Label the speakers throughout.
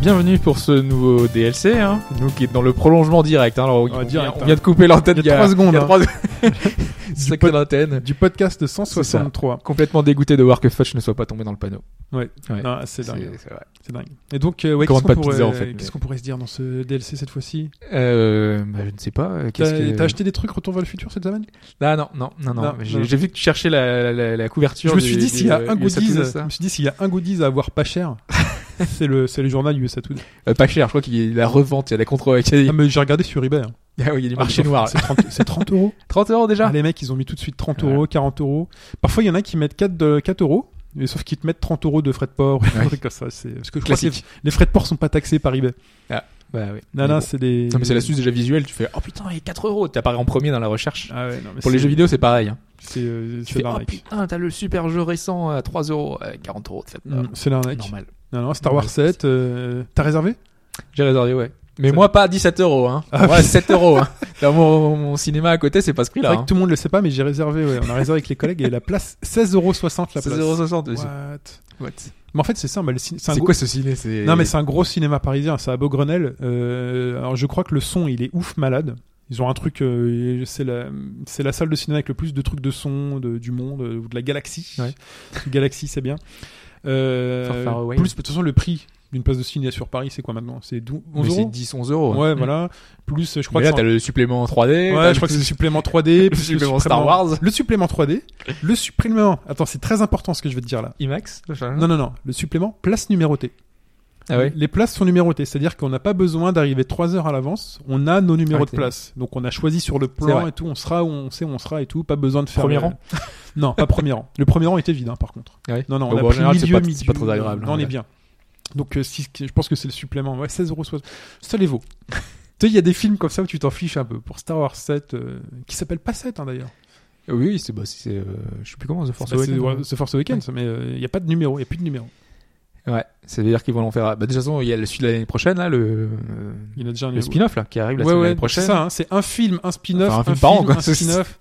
Speaker 1: bienvenue pour ce nouveau DLC, hein. Nous qui est dans le prolongement direct, hein. Alors, on,
Speaker 2: direct,
Speaker 1: vient, on
Speaker 2: hein.
Speaker 1: vient de couper l'antenne
Speaker 2: Il y a trois secondes,
Speaker 1: Il y a
Speaker 2: hein.
Speaker 1: trois Sacrée antenne.
Speaker 2: Du podcast 163.
Speaker 1: Complètement dégoûté de voir que Fudge ne soit pas tombé dans le panneau.
Speaker 2: Ouais.
Speaker 1: Ouais.
Speaker 2: Non, Ah, c'est dingue.
Speaker 1: C'est- c'est vrai.
Speaker 2: C'est dingue. Et donc, euh, ouais,
Speaker 1: Commande
Speaker 2: qu'est-ce
Speaker 1: pas
Speaker 2: qu'on
Speaker 1: de
Speaker 2: pourrait,
Speaker 1: pizza, en fait,
Speaker 2: qu'est-ce
Speaker 1: mais-
Speaker 2: qu'on pourrait se dire dans ce DLC cette fois-ci
Speaker 1: Euh, bah, je ne sais pas. euh,
Speaker 2: T'as
Speaker 1: Qu'est-ce que...
Speaker 2: t'as acheté des trucs Retour vers le futur cette semaine
Speaker 1: Ah non, non, non, non.
Speaker 2: Non,
Speaker 1: J'ai
Speaker 2: non.
Speaker 1: j'ai vu que tu cherchais la, la, la couverture.
Speaker 2: Je me
Speaker 1: du-
Speaker 2: suis dit,
Speaker 1: du,
Speaker 2: s'il y a
Speaker 1: euh,
Speaker 2: un
Speaker 1: USA
Speaker 2: goodies,
Speaker 1: Today,
Speaker 2: je
Speaker 1: ça.
Speaker 2: me suis dit, s'il y a un goodies à avoir pas cher, c'est le, c'est le journal USA Today.
Speaker 1: Euh, pas cher, je crois qu'il y a la revente, il y a la contre... il y
Speaker 2: Ah,
Speaker 1: a-
Speaker 2: mais j'ai regardé sur eBay. hein.
Speaker 1: Ah oui, il y a du marché noir.
Speaker 2: C'est 30, c'est 30 euros.
Speaker 1: 30 euros déjà
Speaker 2: Ah, les mecs, ils ont mis tout de suite 30
Speaker 1: Ouais.
Speaker 2: euros, 40 euros. Parfois, il y en a qui mettent 4, de, 4 euros, mais sauf qu'ils te mettent 30 euros de frais de port. ou des trucs comme ça. C'est- Parce que je crois que les,
Speaker 1: Classique.
Speaker 2: les frais de port sont pas taxés par eBay.
Speaker 1: Bah oui.
Speaker 2: Non,
Speaker 1: Mais
Speaker 2: non,
Speaker 1: bon.
Speaker 2: c'est des.
Speaker 1: Non, mais c'est l'astuce déjà visuelle. Tu fais, oh putain, il y a 4 euros. T'apparais en premier dans la recherche.
Speaker 2: Ah ouais, non, mais
Speaker 1: Pour les
Speaker 2: c'est-
Speaker 1: jeux vidéo, c'est pareil. hein.
Speaker 2: C'est euh,
Speaker 1: Tu
Speaker 2: c'est
Speaker 1: fais, oh
Speaker 2: l'arnaque.
Speaker 1: putain, t'as le super jeu récent à 3 euros, euh, 40 euros. Faites,
Speaker 2: Mm, C'est l'arnaque.
Speaker 1: normal.
Speaker 2: Non, non, Star Wars
Speaker 1: Normal.
Speaker 2: 7, euh, t'as réservé
Speaker 1: J'ai réservé, ouais. Mais
Speaker 2: Ça-
Speaker 1: moi, pas 17 euros, hein.
Speaker 2: Ah,
Speaker 1: moi, 7 euros, hein. Dans mon, mon cinéma à côté, c'est pas ce
Speaker 2: C'est
Speaker 1: prix-là.
Speaker 2: vrai que
Speaker 1: Hein.
Speaker 2: tout le monde le sait pas, mais j'ai réservé, ouais. On a réservé avec les collègues et la place, 16,60€ la place.
Speaker 1: 0,60 aussi.
Speaker 2: What
Speaker 1: What
Speaker 2: Mais en fait, c'est ça, bah, le cin- c'est un
Speaker 1: C'est
Speaker 2: gros-
Speaker 1: quoi ce ciné c'est-
Speaker 2: Non, mais c'est un gros cinéma parisien, c'est à Beaugrenelle. Euh, alors, je crois que le son, il est ouf malade. Ils ont un truc, euh, c'est la, c'est la salle de cinéma avec le plus de trucs de son de- du monde euh, ou de la galaxie.
Speaker 1: Ouais.
Speaker 2: galaxie, c'est bien. Euh,
Speaker 1: Far, far away.
Speaker 2: plus, de toute façon, le prix d'une place de ciné sur Paris, c'est quoi maintenant C'est dou- 11
Speaker 1: Mais c'est
Speaker 2: euros.
Speaker 1: 10, 11 euros.
Speaker 2: Ouais,
Speaker 1: hein.
Speaker 2: voilà. Plus, euh,
Speaker 1: Mais
Speaker 2: je crois
Speaker 1: là,
Speaker 2: que c'est
Speaker 1: t'as le supplément 3D.
Speaker 2: Ouais,
Speaker 1: t'as
Speaker 2: je crois que c'est
Speaker 1: le
Speaker 2: le supplément 3D,
Speaker 1: le
Speaker 2: plus le
Speaker 1: supplément Star Wars.
Speaker 2: Le supplément 3D, le supplément. Attends, c'est très important ce que je vais te dire là.
Speaker 1: IMAX.
Speaker 2: Non, non, non. Le supplément place numérotée.
Speaker 1: Hein Ah ouais.
Speaker 2: Les places sont numérotées, c'est-à-dire qu'on n'a pas besoin d'arriver 3 heures à l'avance. On a nos numéros
Speaker 1: Ah,
Speaker 2: de
Speaker 1: t'es-
Speaker 2: place. Donc on a choisi sur le
Speaker 1: C'est
Speaker 2: plan
Speaker 1: vrai.
Speaker 2: et tout. On sera où on sait où on sera et tout. Pas besoin de faire.
Speaker 1: Premier
Speaker 2: euh,
Speaker 1: rang
Speaker 2: Non, pas premier rang. Le premier rang était vide, hein, par contre.
Speaker 1: Ah ouais.
Speaker 2: Non, non, on
Speaker 1: Bon,
Speaker 2: a
Speaker 1: bon, en
Speaker 2: pris
Speaker 1: général, c'est
Speaker 2: milieu,
Speaker 1: pas- c'est
Speaker 2: milieu.
Speaker 1: pas trop agréable,
Speaker 2: Non,
Speaker 1: hein,
Speaker 2: on est
Speaker 1: ouais.
Speaker 2: bien. Donc euh, si- je pense que c'est le supplément. Ouais, 16 euros. Ça les vaut. tu sais, il y a des films comme ça où tu t'en fiches un peu. Pour Star Wars 7, euh, qui s'appelle pas 7 hein, d'ailleurs.
Speaker 1: Oui, oui, c'est bah, c'est, euh, je sais plus comment The Force
Speaker 2: Bah, c'est
Speaker 1: Awakens. hein.
Speaker 2: ouais, c'est Force Awakens, mais il n'y a pas de numéro, il n'y a plus de numéro.
Speaker 1: hein. Ouais, ça veut dire qu'ils vont en faire. Bah, de toute façon, il y a le celui de l'année prochaine, là, le, euh,
Speaker 2: Il y en a déjà un
Speaker 1: le spin-off, là, qui arrive la
Speaker 2: ouais,
Speaker 1: semaine
Speaker 2: ouais,
Speaker 1: prochaine.
Speaker 2: C'est ça, hein, c'est un film, un spin-off,
Speaker 1: Enfin,
Speaker 2: un, film par an, un spin-off.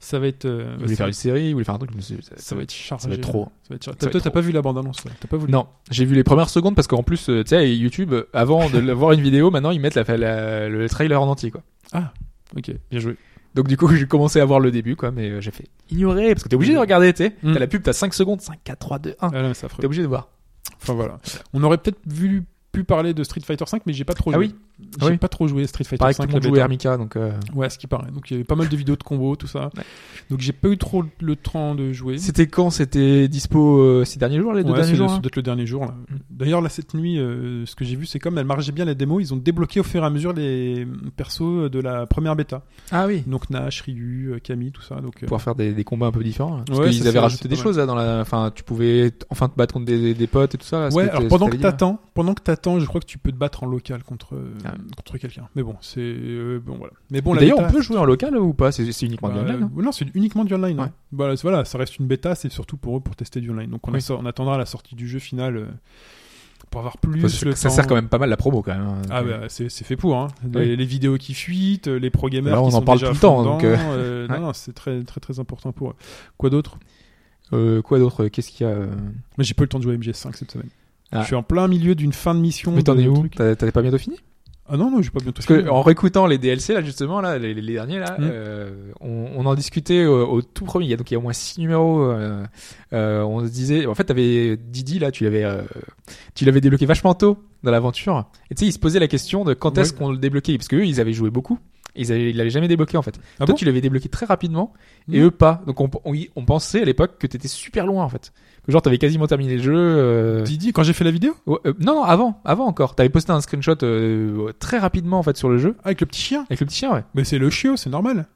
Speaker 2: Ça va être. euh,
Speaker 1: Ils
Speaker 2: bah,
Speaker 1: voulaient
Speaker 2: ça,
Speaker 1: faire une série, ils voulaient faire un truc. mais c'est-
Speaker 2: ça va être chargé.
Speaker 1: Ça va être trop.
Speaker 2: Ça va être chargé.
Speaker 1: ça va
Speaker 2: Toi,
Speaker 1: être
Speaker 2: t'as
Speaker 1: trop.
Speaker 2: pas vu la bande-annonce, ouais, t'as pas voulu.
Speaker 1: Non, j'ai vu les premières secondes parce qu'en plus, euh, tu sais, YouTube, euh, avant de voir une vidéo, maintenant ils mettent la, la- le trailer en entier, quoi.
Speaker 2: Ok, bien joué.
Speaker 1: Donc du coup, j'ai commencé à voir le début, quoi, mais euh, j'ai fait ignorer parce que t'es obligé de regarder, tu sais.
Speaker 2: Mm.
Speaker 1: T'as la pub, t'as 5 secondes, 5, 4, 3, 2, 1.
Speaker 2: Ah, non, mais c'est affreux.
Speaker 1: T'es obligé de voir.
Speaker 2: Enfin voilà. On aurait peut-être vu pu parler de Street Fighter 5, mais j'ai pas trop
Speaker 1: Ah
Speaker 2: joué.
Speaker 1: oui. Ah
Speaker 2: J'ai
Speaker 1: oui.
Speaker 2: pas trop joué à Street Fighter
Speaker 1: Pareil que
Speaker 2: 5.
Speaker 1: tout le monde
Speaker 2: la
Speaker 1: jouait
Speaker 2: bêta.
Speaker 1: Armica, donc. euh,
Speaker 2: Ouais, ce qui paraît. Donc il y avait pas mal de vidéos de combos, tout ça.
Speaker 1: Ouais.
Speaker 2: Donc j'ai pas eu trop le temps de jouer.
Speaker 1: C'était quand C'était dispo euh, ces derniers jours, les deux
Speaker 2: Ouais,
Speaker 1: derniers
Speaker 2: c'est-
Speaker 1: jours
Speaker 2: ça
Speaker 1: hein
Speaker 2: doit être le dernier jour. là. D'ailleurs, là, cette nuit, euh, ce que j'ai vu, c'est comme elle marchait bien la démo, ils ont débloqué au fur et à mesure les mm, persos euh, de la première bêta.
Speaker 1: Ah oui.
Speaker 2: Donc Nash, Ryu, euh, Camille, tout ça. Donc, euh,
Speaker 1: pouvoir faire des, des combats un peu différents. là. Parce
Speaker 2: Ouais, ça,
Speaker 1: qu'ils
Speaker 2: c'est-
Speaker 1: avaient rajouté
Speaker 2: c'est
Speaker 1: des
Speaker 2: pas
Speaker 1: choses là, dans la. Enfin, tu pouvais t- enfin te battre contre des, des potes et tout ça. Là, ce
Speaker 2: ouais,
Speaker 1: t'es- hein.
Speaker 2: alors pendant
Speaker 1: ce
Speaker 2: que
Speaker 1: t'avais dit,
Speaker 2: t'attends, pendant que t'attends, je crois que tu peux te battre en local contre euh,
Speaker 1: Ah.
Speaker 2: contre quelqu'un. Mais bon, c'est euh, bon voilà. Mais bon,
Speaker 1: là.
Speaker 2: la
Speaker 1: D'ailleurs,
Speaker 2: bêta,
Speaker 1: on peut jouer en local ou pas C'est c'est uniquement
Speaker 2: bah,
Speaker 1: du online. hein
Speaker 2: euh, non, c'est uniquement du online. hein.
Speaker 1: Ouais.
Speaker 2: Voilà, c'est- voilà, ça reste une bêta, c'est surtout pour eux pour tester du online. Donc on,
Speaker 1: Oui.
Speaker 2: asso- on attendra la sortie du jeu final euh, pour avoir plus
Speaker 1: Parce que
Speaker 2: le
Speaker 1: ça
Speaker 2: temps.
Speaker 1: sert quand même pas mal la promo quand même. hein.
Speaker 2: Ah
Speaker 1: Donc,
Speaker 2: bah, c'est c'est fait pour hein. les,
Speaker 1: Oui.
Speaker 2: les vidéos qui fuitent, les pro gamers
Speaker 1: Là, on
Speaker 2: qui
Speaker 1: en
Speaker 2: sont
Speaker 1: parle
Speaker 2: déjà
Speaker 1: tout le
Speaker 2: à
Speaker 1: temps,
Speaker 2: fond
Speaker 1: donc,
Speaker 2: dedans, euh,
Speaker 1: ouais.
Speaker 2: non, non, c'est très très très important pour eux. Quoi d'autre
Speaker 1: euh, quoi d'autre Qu'est-ce qu'il y a euh
Speaker 2: Moi j'ai pas eu le temps de jouer à MGS5 cette semaine.
Speaker 1: Ah.
Speaker 2: Je suis en plein milieu d'une fin de mission.
Speaker 1: Mais t'en
Speaker 2: de
Speaker 1: es où
Speaker 2: truc.
Speaker 1: T'as- T'avais pas bientôt fini
Speaker 2: Ah non non, j'ai pas bientôt
Speaker 1: Parce que
Speaker 2: fini.
Speaker 1: en réécoutant les DLC là justement là les, les derniers là,
Speaker 2: Mm.
Speaker 1: euh, on, on en discutait au, au tout premier. Il y a donc il y a au moins six numéros. euh, euh, on se disait en fait t'avais Didi là, tu l'avais euh, tu l'avais débloqué vachement tôt dans l'aventure. Et tu sais ils se posaient la question de quand est-ce
Speaker 2: Ouais.
Speaker 1: qu'on le débloquait parce que eux ils avaient joué beaucoup. et Ils avaient- ils l'avaient jamais débloqué en fait.
Speaker 2: Ah
Speaker 1: Toi
Speaker 2: bon
Speaker 1: tu l'avais débloqué très rapidement et
Speaker 2: Mm.
Speaker 1: eux pas. Donc on, on, y- on pensait à l'époque que t'étais super loin en fait. Que genre t'avais quasiment terminé le jeu. euh,
Speaker 2: Didi, quand j'ai fait la vidéo
Speaker 1: ouais, euh, non non avant avant encore. T'avais posté un screenshot euh, très rapidement en fait sur le jeu
Speaker 2: Avec le petit chien
Speaker 1: avec le petit chien ouais.
Speaker 2: Mais c'est le chiot, c'est normal.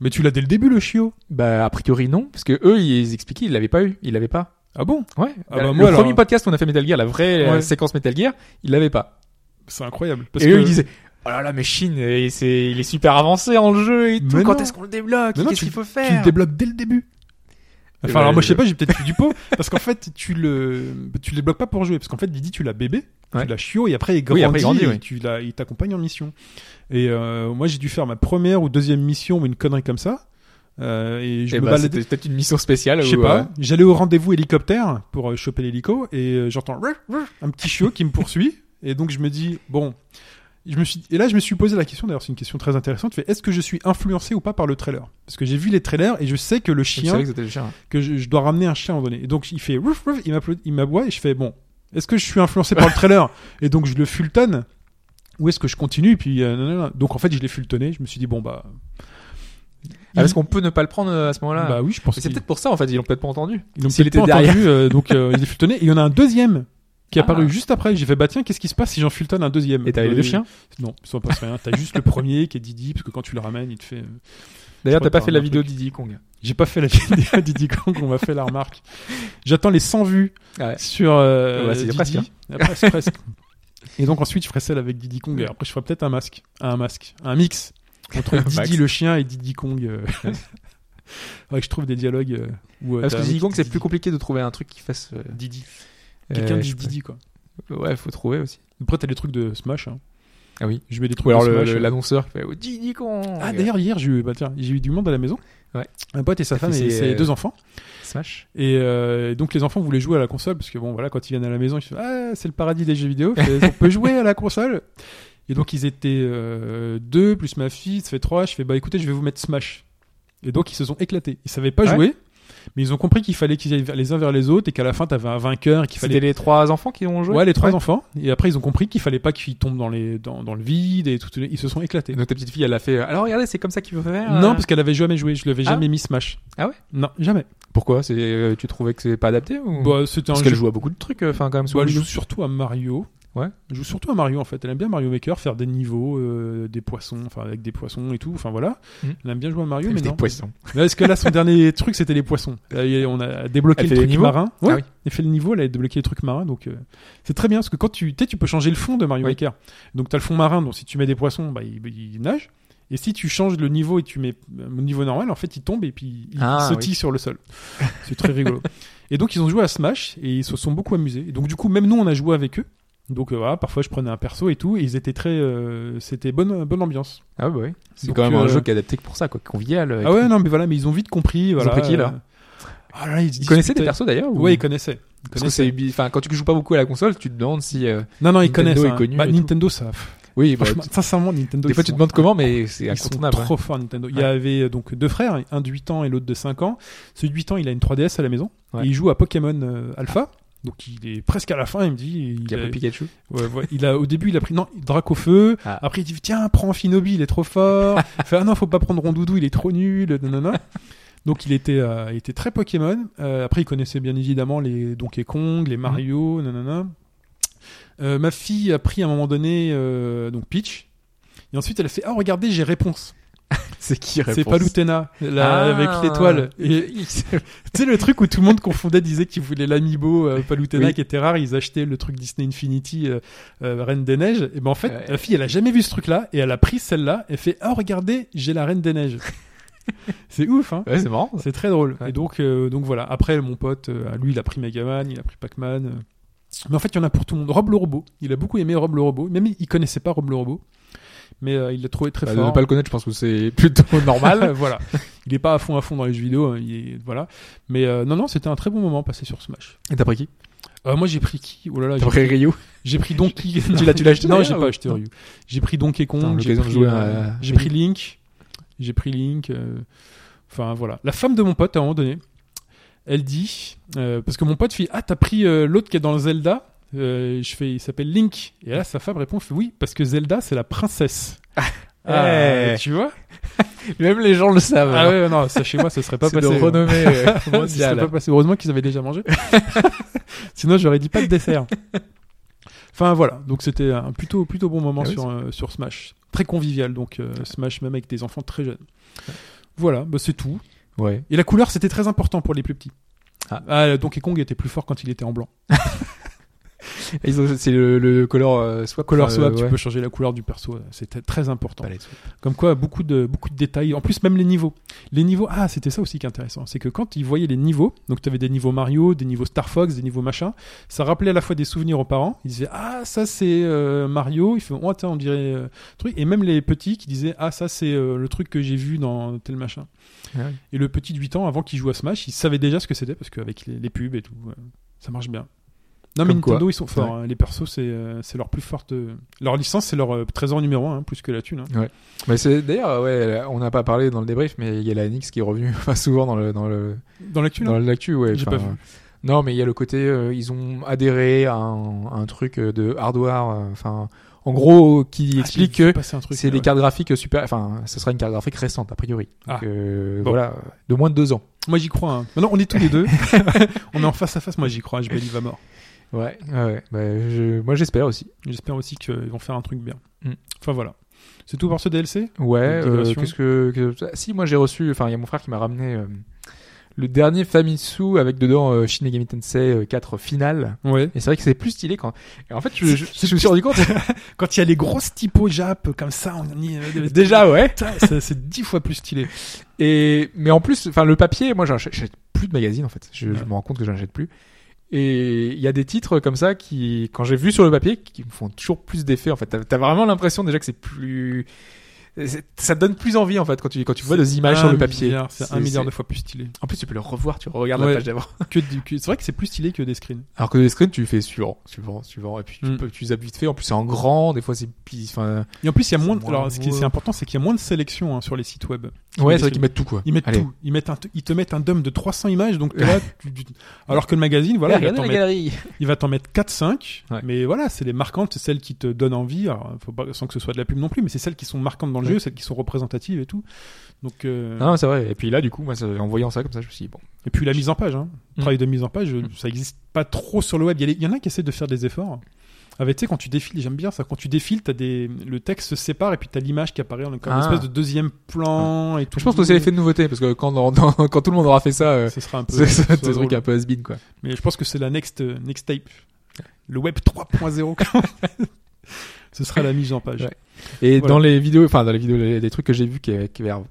Speaker 2: Mais tu l'as dès le début, le chiot.
Speaker 1: Bah a priori non, parce que eux ils expliquaient ils l'avaient pas eu, ils l'avaient pas.
Speaker 2: Ah bon
Speaker 1: Ouais. Bah,
Speaker 2: Ah bah,
Speaker 1: le
Speaker 2: moi, alors-
Speaker 1: premier podcast où on a fait Metal Gear, la vraie euh,
Speaker 2: Ouais.
Speaker 1: séquence Metal Gear, ils l'avaient pas.
Speaker 2: C'est incroyable. Parce
Speaker 1: et
Speaker 2: que...
Speaker 1: eux ils disaient oh là là mais Shin euh, c'est il est super avancé en jeu et tout.
Speaker 2: Mais
Speaker 1: Quand
Speaker 2: non.
Speaker 1: est-ce qu'on le débloque
Speaker 2: Mais non,
Speaker 1: Qu'est-ce
Speaker 2: tu-
Speaker 1: qu'il faut
Speaker 2: tu le
Speaker 1: faire
Speaker 2: débloques dès le début. Enfin,
Speaker 1: bah,
Speaker 2: alors moi je sais
Speaker 1: je-
Speaker 2: pas, j'ai peut-être fait du pot. parce qu'en fait, tu le tu le débloques pas pour jouer. Parce qu'en fait, Didi, tu l'as bébé,
Speaker 1: Ouais.
Speaker 2: tu l'as chiot, et après il grandit,
Speaker 1: Oui, après, il grandit,
Speaker 2: et
Speaker 1: oui.
Speaker 2: tu l'as- il t'accompagne en mission. Et euh, moi j'ai dû faire ma première ou deuxième mission ou une connerie comme ça. Euh, et je
Speaker 1: Et
Speaker 2: me
Speaker 1: bah,
Speaker 2: baladais
Speaker 1: c'était peut-être une mission spéciale.
Speaker 2: Je sais
Speaker 1: où,
Speaker 2: pas.
Speaker 1: euh,
Speaker 2: J'allais au rendez-vous hélicoptère pour euh, choper l'hélico et euh, j'entends un petit chiot qui me poursuit. Et donc je me dis, bon, je me suis, et là je me suis posé la question, d'ailleurs c'est une question très intéressante, fait, est-ce que je suis influencé ou pas par le trailer Parce que j'ai vu les trailers et je sais que le
Speaker 1: C'est vrai
Speaker 2: chien,
Speaker 1: que c'était le chien.
Speaker 2: que je, je dois ramener un chien à un moment donné. Et donc il fait, rouf, rouf, il m'applaudit- il m'aboie et je fais, bon, est-ce que je suis influencé par le trailer Et donc je le fultonne ou est-ce que je continue et puis euh, nanana. donc en fait je l'ai fultonné je me suis dit bon bah
Speaker 1: Ah, parce qu'on peut ne pas le prendre euh, à ce moment-là.
Speaker 2: bah oui je pense
Speaker 1: Mais c'est
Speaker 2: qu'il-
Speaker 1: peut-être pour ça en fait, ils l'ont peut-être pas entendu.
Speaker 2: Ils l'ont
Speaker 1: S'il
Speaker 2: peut-être
Speaker 1: était
Speaker 2: pas
Speaker 1: derrière.
Speaker 2: entendu, euh, donc euh, il est fultonné. Et il y en a un deuxième qui est
Speaker 1: Ah.
Speaker 2: apparu juste après. J'ai fait, bah tiens, qu'est-ce qui se passe si j'en fultonne un deuxième
Speaker 1: Et t'avais les
Speaker 2: Euh,
Speaker 1: deux chiens.
Speaker 2: Non, ça passe rien. T'as juste le premier qui est Didi, parce que quand tu le ramènes, il te fait. euh,
Speaker 1: D'ailleurs,
Speaker 2: je
Speaker 1: t'as
Speaker 2: crois
Speaker 1: pas
Speaker 2: que
Speaker 1: fait la
Speaker 2: t'as un
Speaker 1: vidéo Diddy Kong.
Speaker 2: J'ai pas fait la vidéo Didi Kong, on m'a fait la remarque. J'attends les 100 vues
Speaker 1: Ah Ouais.
Speaker 2: sur euh,
Speaker 1: Ouais, c'est
Speaker 2: Didi.
Speaker 1: presque, hein.
Speaker 2: Ah, presque, presque. Et donc ensuite, je ferai celle avec Didi Kong. Et après, je ferai peut-être un masque, un masque, un mix entre
Speaker 1: Max.
Speaker 2: Didi le chien et Diddy Kong. euh. Faudrait que je trouve des dialogues euh, où. euh,
Speaker 1: Parce que
Speaker 2: t'as-
Speaker 1: Diddy Kong, c'est plus compliqué de trouver un truc qui fasse. euh,
Speaker 2: Didi. Quelqu'un
Speaker 1: euh,
Speaker 2: dit
Speaker 1: je sais
Speaker 2: Didi, quoi.
Speaker 1: pas. Ouais, faut trouver aussi.
Speaker 2: Après, t'as des trucs de Smash. hein.
Speaker 1: Ah oui.
Speaker 2: Je mets des trucs
Speaker 1: Ou alors
Speaker 2: de
Speaker 1: le-
Speaker 2: Smash.
Speaker 1: le-
Speaker 2: euh.
Speaker 1: l'annonceur qui fait oh, Diddy Kong.
Speaker 2: Ah, d'ailleurs, hier, j'ai eu, bah, tiens, j'ai eu du monde à la maison.
Speaker 1: Ouais.
Speaker 2: Un pote et sa
Speaker 1: T'as
Speaker 2: femme
Speaker 1: fait
Speaker 2: et
Speaker 1: ces,
Speaker 2: ses
Speaker 1: euh,
Speaker 2: deux enfants.
Speaker 1: Smash.
Speaker 2: Et euh, donc, les enfants voulaient jouer à la console parce que, bon, voilà, quand ils viennent à la maison, ils se disent Ah, c'est le paradis des jeux vidéo, c'est- on peut jouer à la console. Et donc, ils étaient euh, deux, plus ma fille, ça fait trois. Je fais Bah, écoutez, je vais vous mettre Smash. Et donc, ils se sont éclatés. Ils savaient pas
Speaker 1: Ouais.
Speaker 2: jouer, mais ils ont compris qu'il fallait qu'ils aillent vers- les uns vers les autres et qu'à la fin, t'avais un vainqueur et qu'il fallait
Speaker 1: C'était les trois enfants qui ont joué.
Speaker 2: Ouais, les trois enfants. Et après, ils ont compris qu'il fallait pas qu'ils tombent dans, les, dans, dans le vide et tout. Ils se sont éclatés.
Speaker 1: Et donc ta petite fille, elle a fait. euh, Alors regardez, c'est comme ça qu'il faut faire. euh.
Speaker 2: Non, parce qu'elle avait jamais joué. Je l'avais
Speaker 1: Ah.
Speaker 2: jamais mis Smash.
Speaker 1: Ah ouais
Speaker 2: Non, jamais.
Speaker 1: pourquoi C'est euh, tu trouvais que c'est pas adapté ou
Speaker 2: Bah, c'était un
Speaker 1: Parce
Speaker 2: jeu.
Speaker 1: qu'elle joue à beaucoup de trucs, euh, enfin quand même.
Speaker 2: Bah,
Speaker 1: sur
Speaker 2: elle
Speaker 1: le
Speaker 2: joue
Speaker 1: jeu.
Speaker 2: surtout à Mario.
Speaker 1: Ouais.
Speaker 2: Elle joue surtout à Mario en fait. Elle aime bien Mario Maker, faire des niveaux, euh, des poissons, enfin avec des poissons et tout. Enfin voilà.
Speaker 1: Mhm.
Speaker 2: Elle aime bien jouer à Mario, mais
Speaker 1: Avec des
Speaker 2: non.
Speaker 1: poissons.
Speaker 2: Là, Est-ce que là, son dernier truc, c'était les poissons Là, il y a- On a débloqué
Speaker 1: Elle
Speaker 2: le
Speaker 1: fait les
Speaker 2: truc
Speaker 1: niveaux
Speaker 2: marin. Ouais,
Speaker 1: Ah oui.
Speaker 2: Elle fait le niveau, elle a débloqué les trucs marins. Donc, euh, c'est très bien parce que quand tu t'es, tu peux changer le fond de Mario
Speaker 1: Oui.
Speaker 2: Maker. Donc, tu as le fond marin. Donc, si tu mets des poissons, bah, il, il nage. Et si tu changes le niveau et tu mets euh, le niveau normal, en fait, il tombe et puis il
Speaker 1: Ah,
Speaker 2: sautille sur le sol. C'est très rigolo. Et donc, ils ont joué à Smash et ils se sont beaucoup amusés. Et donc, du coup, même nous, on a joué avec eux. Donc, euh, voilà, parfois, je prenais un perso et tout. Et ils étaient très. euh, C'était bonne, bonne ambiance.
Speaker 1: Ah bah oui. C'est
Speaker 2: Donc,
Speaker 1: quand même un
Speaker 2: euh,
Speaker 1: jeu qui est adapté que pour ça, quoi, convivial. euh,
Speaker 2: Ah ouais, non, mais voilà, mais ils ont vite compris. voilà,
Speaker 1: pris qui, là
Speaker 2: euh, ah là, ils, se
Speaker 1: Ils connaissaient des
Speaker 2: disputaient.
Speaker 1: persos d'ailleurs ou-
Speaker 2: Ouais, ils connaissaient. Ils
Speaker 1: Parce que c'est
Speaker 2: connaissaient.
Speaker 1: Ubi- enfin quand tu joues pas beaucoup à la console, tu te demandes si euh,
Speaker 2: Non, non, ils
Speaker 1: Nintendo
Speaker 2: connaissent.
Speaker 1: est
Speaker 2: hein.
Speaker 1: connu
Speaker 2: Bah,
Speaker 1: et tout.
Speaker 2: Nintendo, ça.
Speaker 1: oui, bah,
Speaker 2: Franchement, sincèrement, Nintendo.
Speaker 1: des
Speaker 2: ils
Speaker 1: fois tu
Speaker 2: sont-
Speaker 1: te demandes comment mais c'est
Speaker 2: Ils sont
Speaker 1: incontournable. hein.
Speaker 2: trop forts, Nintendo. Il y
Speaker 1: Ouais.
Speaker 2: avait euh, donc deux frères, un de 8 ans et l'autre de 5 ans. Celui de 8 ans, il a une 3DS à la maison.
Speaker 1: Ouais.
Speaker 2: Et il joue à Pokémon euh, Alpha. Donc il est presque à la fin, il me dit. Il
Speaker 1: Il y a
Speaker 2: a-
Speaker 1: pas Pikachu.
Speaker 2: ouais, ouais, il a, au début, il a pris. Non, Dracofeu.
Speaker 1: Ah.
Speaker 2: Après, il dit Tiens, prends Finobi, il est trop fort. il fait Ah non, faut pas prendre Rondoudou, il est trop nul. Nanana. Donc il était, euh, il était très Pokémon. Euh, après, il connaissait bien évidemment les Donkey Kong, les Mario, nanana. Euh, ma fille a pris à un moment donné euh, donc Peach. Et ensuite, elle a fait Ah, regardez, j'ai réponse.
Speaker 1: C'est qui
Speaker 2: C'est Palutena, la-
Speaker 1: Ah.
Speaker 2: avec l'étoile. Et tu sais, le truc où tout le monde confondait, disait qu'ils voulaient l'amiibo euh, Palutena
Speaker 1: Oui.
Speaker 2: qui était rare, ils achetaient le truc Disney Infinity euh, euh, Reine des Neiges. Et ben en fait,
Speaker 1: Ouais.
Speaker 2: la fille, elle a jamais vu ce truc-là et elle a pris celle-là et fait Ah, regardez, j'ai la Reine des Neiges. c'est ouf, hein.
Speaker 1: Ouais, c'est marrant. ça.
Speaker 2: C'est très drôle.
Speaker 1: Ouais.
Speaker 2: Et donc, euh, donc voilà. Après, mon pote, euh, lui, il a pris Megaman, il a pris Pac-Man. euh. Mais en fait, il y en a pour tout le monde. Rob le robot. Il a beaucoup aimé Rob le robot. Même il il connaissait pas Rob le robot. Mais euh, il l'a trouvé très
Speaker 1: Bah, de
Speaker 2: fort.
Speaker 1: ne pas le connaître, je pense que c'est plutôt normal.
Speaker 2: normal, voilà. Il est pas à fond à fond dans les jeux vidéo, hein, il est- voilà. Mais euh, non, non, c'était un très bon moment passé sur Smash.
Speaker 1: Et t'as pris qui
Speaker 2: Euh, moi, j'ai pris qui Oh là là,
Speaker 1: T'as
Speaker 2: j'ai
Speaker 1: pris
Speaker 2: pris,
Speaker 1: Ryu.
Speaker 2: j'ai pris Donkey.
Speaker 1: Tu l'as- tu l'as acheté,
Speaker 2: Non,
Speaker 1: d'ailleurs,
Speaker 2: j'ai
Speaker 1: ou-
Speaker 2: pas acheté Ryu. J'ai pris Donkey
Speaker 1: Putain,
Speaker 2: Kong.
Speaker 1: l'occasion
Speaker 2: J'ai
Speaker 1: de
Speaker 2: pris,
Speaker 1: jouer à-
Speaker 2: euh, j'ai pris Link. J'ai pris Link. euh, Enfin voilà. La femme de mon pote à un moment donné, elle dit euh, parce que mon pote fait ah t'as pris euh, l'autre qui est dans le Zelda. Euh, je fais il s'appelle Link et là sa femme répond fait, oui parce que Zelda c'est la princesse.
Speaker 1: Ah.
Speaker 2: Ah,
Speaker 1: eh.
Speaker 2: tu vois
Speaker 1: Même les gens le savent.
Speaker 2: Ah ouais non ça chez moi ce serait pas
Speaker 1: c'est
Speaker 2: passé.
Speaker 1: de
Speaker 2: ouais.
Speaker 1: renommée euh,
Speaker 2: Moi, si c'était
Speaker 1: mondiale.
Speaker 2: pas passé. Heureusement qu'ils avaient déjà mangé. Sinon, j'aurais dit pas de dessert. Enfin voilà, donc c'était un plutôt plutôt bon moment
Speaker 1: Ah oui,
Speaker 2: sur euh, sur Smash, très convivial donc euh, Smash même avec des enfants très jeunes. Voilà, bah, c'est tout.
Speaker 1: Ouais.
Speaker 2: Et la couleur c'était très important pour les plus petits.
Speaker 1: Ah.
Speaker 2: Ah, Donkey Kong était plus fort quand il était en blanc.
Speaker 1: Ils ont- C'est le, le color euh, swap.
Speaker 2: Color
Speaker 1: enfin,
Speaker 2: swap,
Speaker 1: euh,
Speaker 2: tu
Speaker 1: ouais.
Speaker 2: peux changer la couleur du perso, euh, c'était très important.
Speaker 1: Palette swap.
Speaker 2: Comme quoi, beaucoup de, beaucoup de détails. En plus, même les niveaux. Les niveaux, ah, c'était ça aussi qui est intéressant. C'est que quand ils voyaient les niveaux, donc tu avais des niveaux Mario, des niveaux Star Fox, des niveaux machin, ça rappelait à la fois des souvenirs aux parents. Ils disaient, ah, ça c'est euh, Mario. Ils font, oh, attends, on dirait euh, truc. Et même les petits qui disaient, ah, ça c'est euh, le truc que j'ai vu dans tel machin.
Speaker 1: Ah oui.
Speaker 2: Et le petit de 8 ans, avant qu'il joue à Smash, il savait déjà ce que c'était parce qu'avec les, les pubs et tout, euh, ça marche bien. Non, mais
Speaker 1: Comme quoi.
Speaker 2: Nintendo, ils sont forts. hein. Les persos, c'est euh, c'est leur plus forte. euh, Leur licence, c'est leur euh, trésor numéro un, hein, plus que la thune. hein.
Speaker 1: Mais c'est d'ailleurs, ouais, on n'a pas parlé dans le débrief, mais il y a la NX qui est revenue enfin, souvent dans le dans le
Speaker 2: Dans l'actu, là
Speaker 1: dans l'actu, ouais.
Speaker 2: J'ai
Speaker 1: enfin,
Speaker 2: pas vu.
Speaker 1: euh, Non, mais il y a le côté, euh, ils ont adhéré à un, à un truc euh, de hardware, euh, enfin, en gros, qui
Speaker 2: Ah,
Speaker 1: explique
Speaker 2: j'ai vu
Speaker 1: que
Speaker 2: passer un truc,
Speaker 1: c'est
Speaker 2: ouais.
Speaker 1: des cartes graphiques super, enfin, ce sera une carte graphique récente a priori, donc
Speaker 2: Ah.
Speaker 1: euh,
Speaker 2: Bon.
Speaker 1: voilà, de moins de deux ans.
Speaker 2: Moi, j'y crois. hein. Maintenant, on est tous les deux. on est en face à face. Moi, j'y crois. Je balive à mort.
Speaker 1: Ouais, ouais. Bah, je- moi j'espère aussi.
Speaker 2: J'espère aussi qu'ils vont faire un truc bien.
Speaker 1: Mm.
Speaker 2: Enfin, voilà. C'est tout pour ce DLC
Speaker 1: Ouais.
Speaker 2: Une
Speaker 1: euh,
Speaker 2: digression.
Speaker 1: Qu'est-ce que, que- ah, si moi j'ai reçu, enfin, il y a mon frère qui m'a ramené. euh, le dernier Famitsu avec dedans euh, Shin Megami Tensei euh, 4 finale.
Speaker 2: Ouais.
Speaker 1: Et c'est vrai que c'est plus stylé quand. Et en fait, je,
Speaker 2: C'est-
Speaker 1: je- je me suis rendu compte.
Speaker 2: Quand il y a les grosses typos Jap euh, comme ça, on y
Speaker 1: Déjà, ouais.
Speaker 2: Putain, ça, c'est dix fois plus stylé.
Speaker 1: Et mais en plus, enfin le papier, moi j'achète j'achète plus de magazines en fait. Je, je
Speaker 2: Ouais.
Speaker 1: me rends compte que j'en achète plus. Et il y a des titres comme ça qui, quand j'ai vu sur le papier, qui me font toujours plus d'effet en fait. T'as t'as vraiment l'impression déjà que c'est plus, c'est- ça te donne plus envie en fait quand tu quand tu vois des images sur
Speaker 2: Un
Speaker 1: le papier.
Speaker 2: milliard, Ah, C'est un milliard de fois plus stylé.
Speaker 1: En plus, tu peux le revoir, tu regardes
Speaker 2: Ouais.
Speaker 1: la page d'avant.
Speaker 2: Que du- que- C'est vrai que c'est plus stylé que des screens.
Speaker 1: Alors que les screens, tu fais suivant, suivant, suivant, et puis tu
Speaker 2: Mm.
Speaker 1: peux, tu zappes vite fait. En plus, c'est en grand, des fois c'est, puis, enfin,
Speaker 2: Et en plus, il y a
Speaker 1: C'est
Speaker 2: moins. de-
Speaker 1: moins
Speaker 2: Alors, ce qui est
Speaker 1: beau.
Speaker 2: c'est important, c'est qu'il y a moins de sélection hein, sur les sites web.
Speaker 1: ouais, c'est vrai
Speaker 2: des films.
Speaker 1: qu'ils mettent tout quoi.
Speaker 2: Ils mettent
Speaker 1: Allez.
Speaker 2: tout. Ils mettent un t- ils te mettent un dom de 300 images, donc t'es là, tu- tu- alors que le magazine, voilà, il va t'en mettre,
Speaker 1: galerie.
Speaker 2: il va t'en mettre 4-5.
Speaker 1: Ouais.
Speaker 2: Mais voilà, c'est les marquantes, c'est celles qui te donnent envie. Alors, faut pas, sans que ce soit de la pub non plus, mais c'est celles qui sont marquantes dans le
Speaker 1: Ouais.
Speaker 2: jeu, celles qui sont représentatives et tout. Donc, euh,
Speaker 1: Ah Non, c'est vrai. Et puis là, du coup, moi, ça- en voyant ça comme ça, je me suis dit, bon.
Speaker 2: et puis la mise en page, hein.
Speaker 1: Mm.
Speaker 2: travail de mise en page, euh,
Speaker 1: Mm.
Speaker 2: ça existe pas trop sur le web. Il y, a les- il y en a qui essaient de faire des efforts. Avec, tu sais, quand tu défiles, j'aime bien ça. Quand tu défiles, t'as des, le texte se sépare et puis t'as l'image qui apparaît en- comme
Speaker 1: Ah.
Speaker 2: une espèce de deuxième plan et tout.
Speaker 1: Je pense que c'est l'effet de nouveauté, parce que quand, on- dans- quand tout le monde aura fait ça, euh,
Speaker 2: Ce sera un peu.
Speaker 1: c'est
Speaker 2: ce
Speaker 1: c'est
Speaker 2: sera
Speaker 1: un truc
Speaker 2: drôle.
Speaker 1: un peu has-been, quoi.
Speaker 2: Mais je pense que c'est la next, euh, next tape. Le web 3.0. ce sera la mise en page.
Speaker 1: Ouais. Et
Speaker 2: Voilà.
Speaker 1: dans les vidéos, enfin, dans les vidéos, les, les trucs que j'ai vus qui, qui avaient-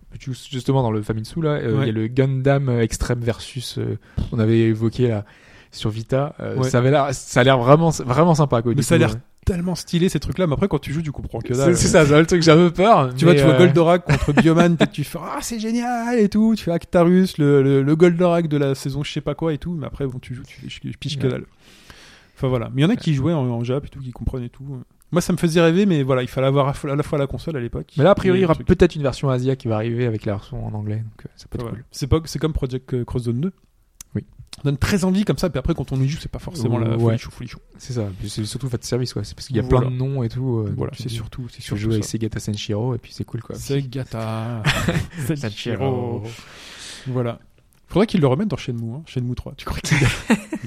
Speaker 1: justement dans le Famitsu, là, euh, il
Speaker 2: Ouais.
Speaker 1: y a le Gundam Extreme versus, euh, on avait évoqué, là, sur Vita, Euh,
Speaker 2: Ouais.
Speaker 1: ça avait l'air, ça a l'air vraiment, vraiment sympa, quoi.
Speaker 2: Mais
Speaker 1: du
Speaker 2: ça a
Speaker 1: coup,
Speaker 2: l'air
Speaker 1: euh,
Speaker 2: Tellement stylé ces trucs-là, mais après quand tu joues, tu comprends que
Speaker 1: C'est
Speaker 2: dalle.
Speaker 1: c'est ça, c'est le truc, j'ai un peu peur.
Speaker 2: Tu vois,
Speaker 1: mais,
Speaker 2: tu vois
Speaker 1: euh,
Speaker 2: Goldorak contre Bioman, peut-être tu fais Ah, c'est génial et tout. Tu fais Actarus, le, le, le Goldorak de la saison, je sais pas quoi et tout. Mais après, bon, tu joues, tu fais, je, je piche que
Speaker 1: Ouais.
Speaker 2: dalle. Enfin voilà. Mais il y en a qui jouaient en, en Jap et tout, qui comprenaient tout. Moi, ça me faisait rêver, mais voilà, il fallait avoir à fo- à la fois la console à l'époque.
Speaker 1: Mais là, a priori,
Speaker 2: et
Speaker 1: il y aura
Speaker 2: le truc.
Speaker 1: peut-être une version Asia qui va arriver avec la version en anglais, donc euh, ça peut être
Speaker 2: Enfin,
Speaker 1: cool.
Speaker 2: voilà. C'est pas, c'est comme Project euh, Cross Zone 2.
Speaker 1: Oui.
Speaker 2: Ça donne très envie comme ça, puis après, quand on y joue, c'est pas forcément la
Speaker 1: Ouais.
Speaker 2: folie chou, folie chou.
Speaker 1: C'est ça, puis c'est surtout fait de service, quoi. C'est parce qu'il y a
Speaker 2: Voilà.
Speaker 1: plein de noms et tout. euh,
Speaker 2: Voilà,
Speaker 1: donc tu
Speaker 2: c'est
Speaker 1: te dis,
Speaker 2: surtout, c'est
Speaker 1: Tu
Speaker 2: surtout
Speaker 1: joues avec
Speaker 2: ça.
Speaker 1: Segata Senshiro, et puis c'est cool, quoi.
Speaker 2: Segata.
Speaker 1: Sanchiro.
Speaker 2: Voilà. Faudrait qu'ils le remettent dans Shenmue, hein. Shenmue 3. Tu crois qu'il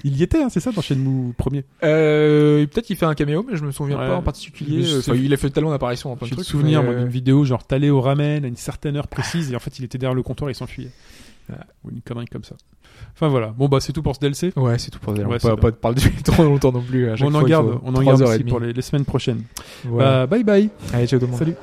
Speaker 2: il y était, hein, c'est ça, dans Shenmue premier.
Speaker 1: Euh, peut-être qu'il fait un caméo, mais je me souviens
Speaker 2: Ouais.
Speaker 1: pas en particulier. euh,
Speaker 2: Je sais-
Speaker 1: Enfin, il a fait tellement d'apparitions dans plein
Speaker 2: J'ai
Speaker 1: de
Speaker 2: le
Speaker 1: trucs.
Speaker 2: souvenir
Speaker 1: mais,
Speaker 2: moi,
Speaker 1: euh,
Speaker 2: d'une vidéo genre t'allais au ramen à une certaine heure précise et en fait il était derrière le comptoir et il s'enfuyait.
Speaker 1: Ouais.
Speaker 2: Ou une connerie comme ça. Enfin voilà. Bon bah c'est tout pour ce DLC.
Speaker 1: Ouais, c'est tout pour Zelda.
Speaker 2: Ouais,
Speaker 1: on
Speaker 2: c'est
Speaker 1: peut pas te parler du trop longtemps non plus. à chaque
Speaker 2: On
Speaker 1: fois,
Speaker 2: en
Speaker 1: il
Speaker 2: garde,
Speaker 1: faut
Speaker 2: on en
Speaker 1: trois
Speaker 2: garde
Speaker 1: heures et
Speaker 2: aussi
Speaker 1: demie.
Speaker 2: pour les, les semaines prochaines.
Speaker 1: Voilà.
Speaker 2: Bah, bye bye.
Speaker 1: Allez, ciao tout le monde.
Speaker 2: Salut.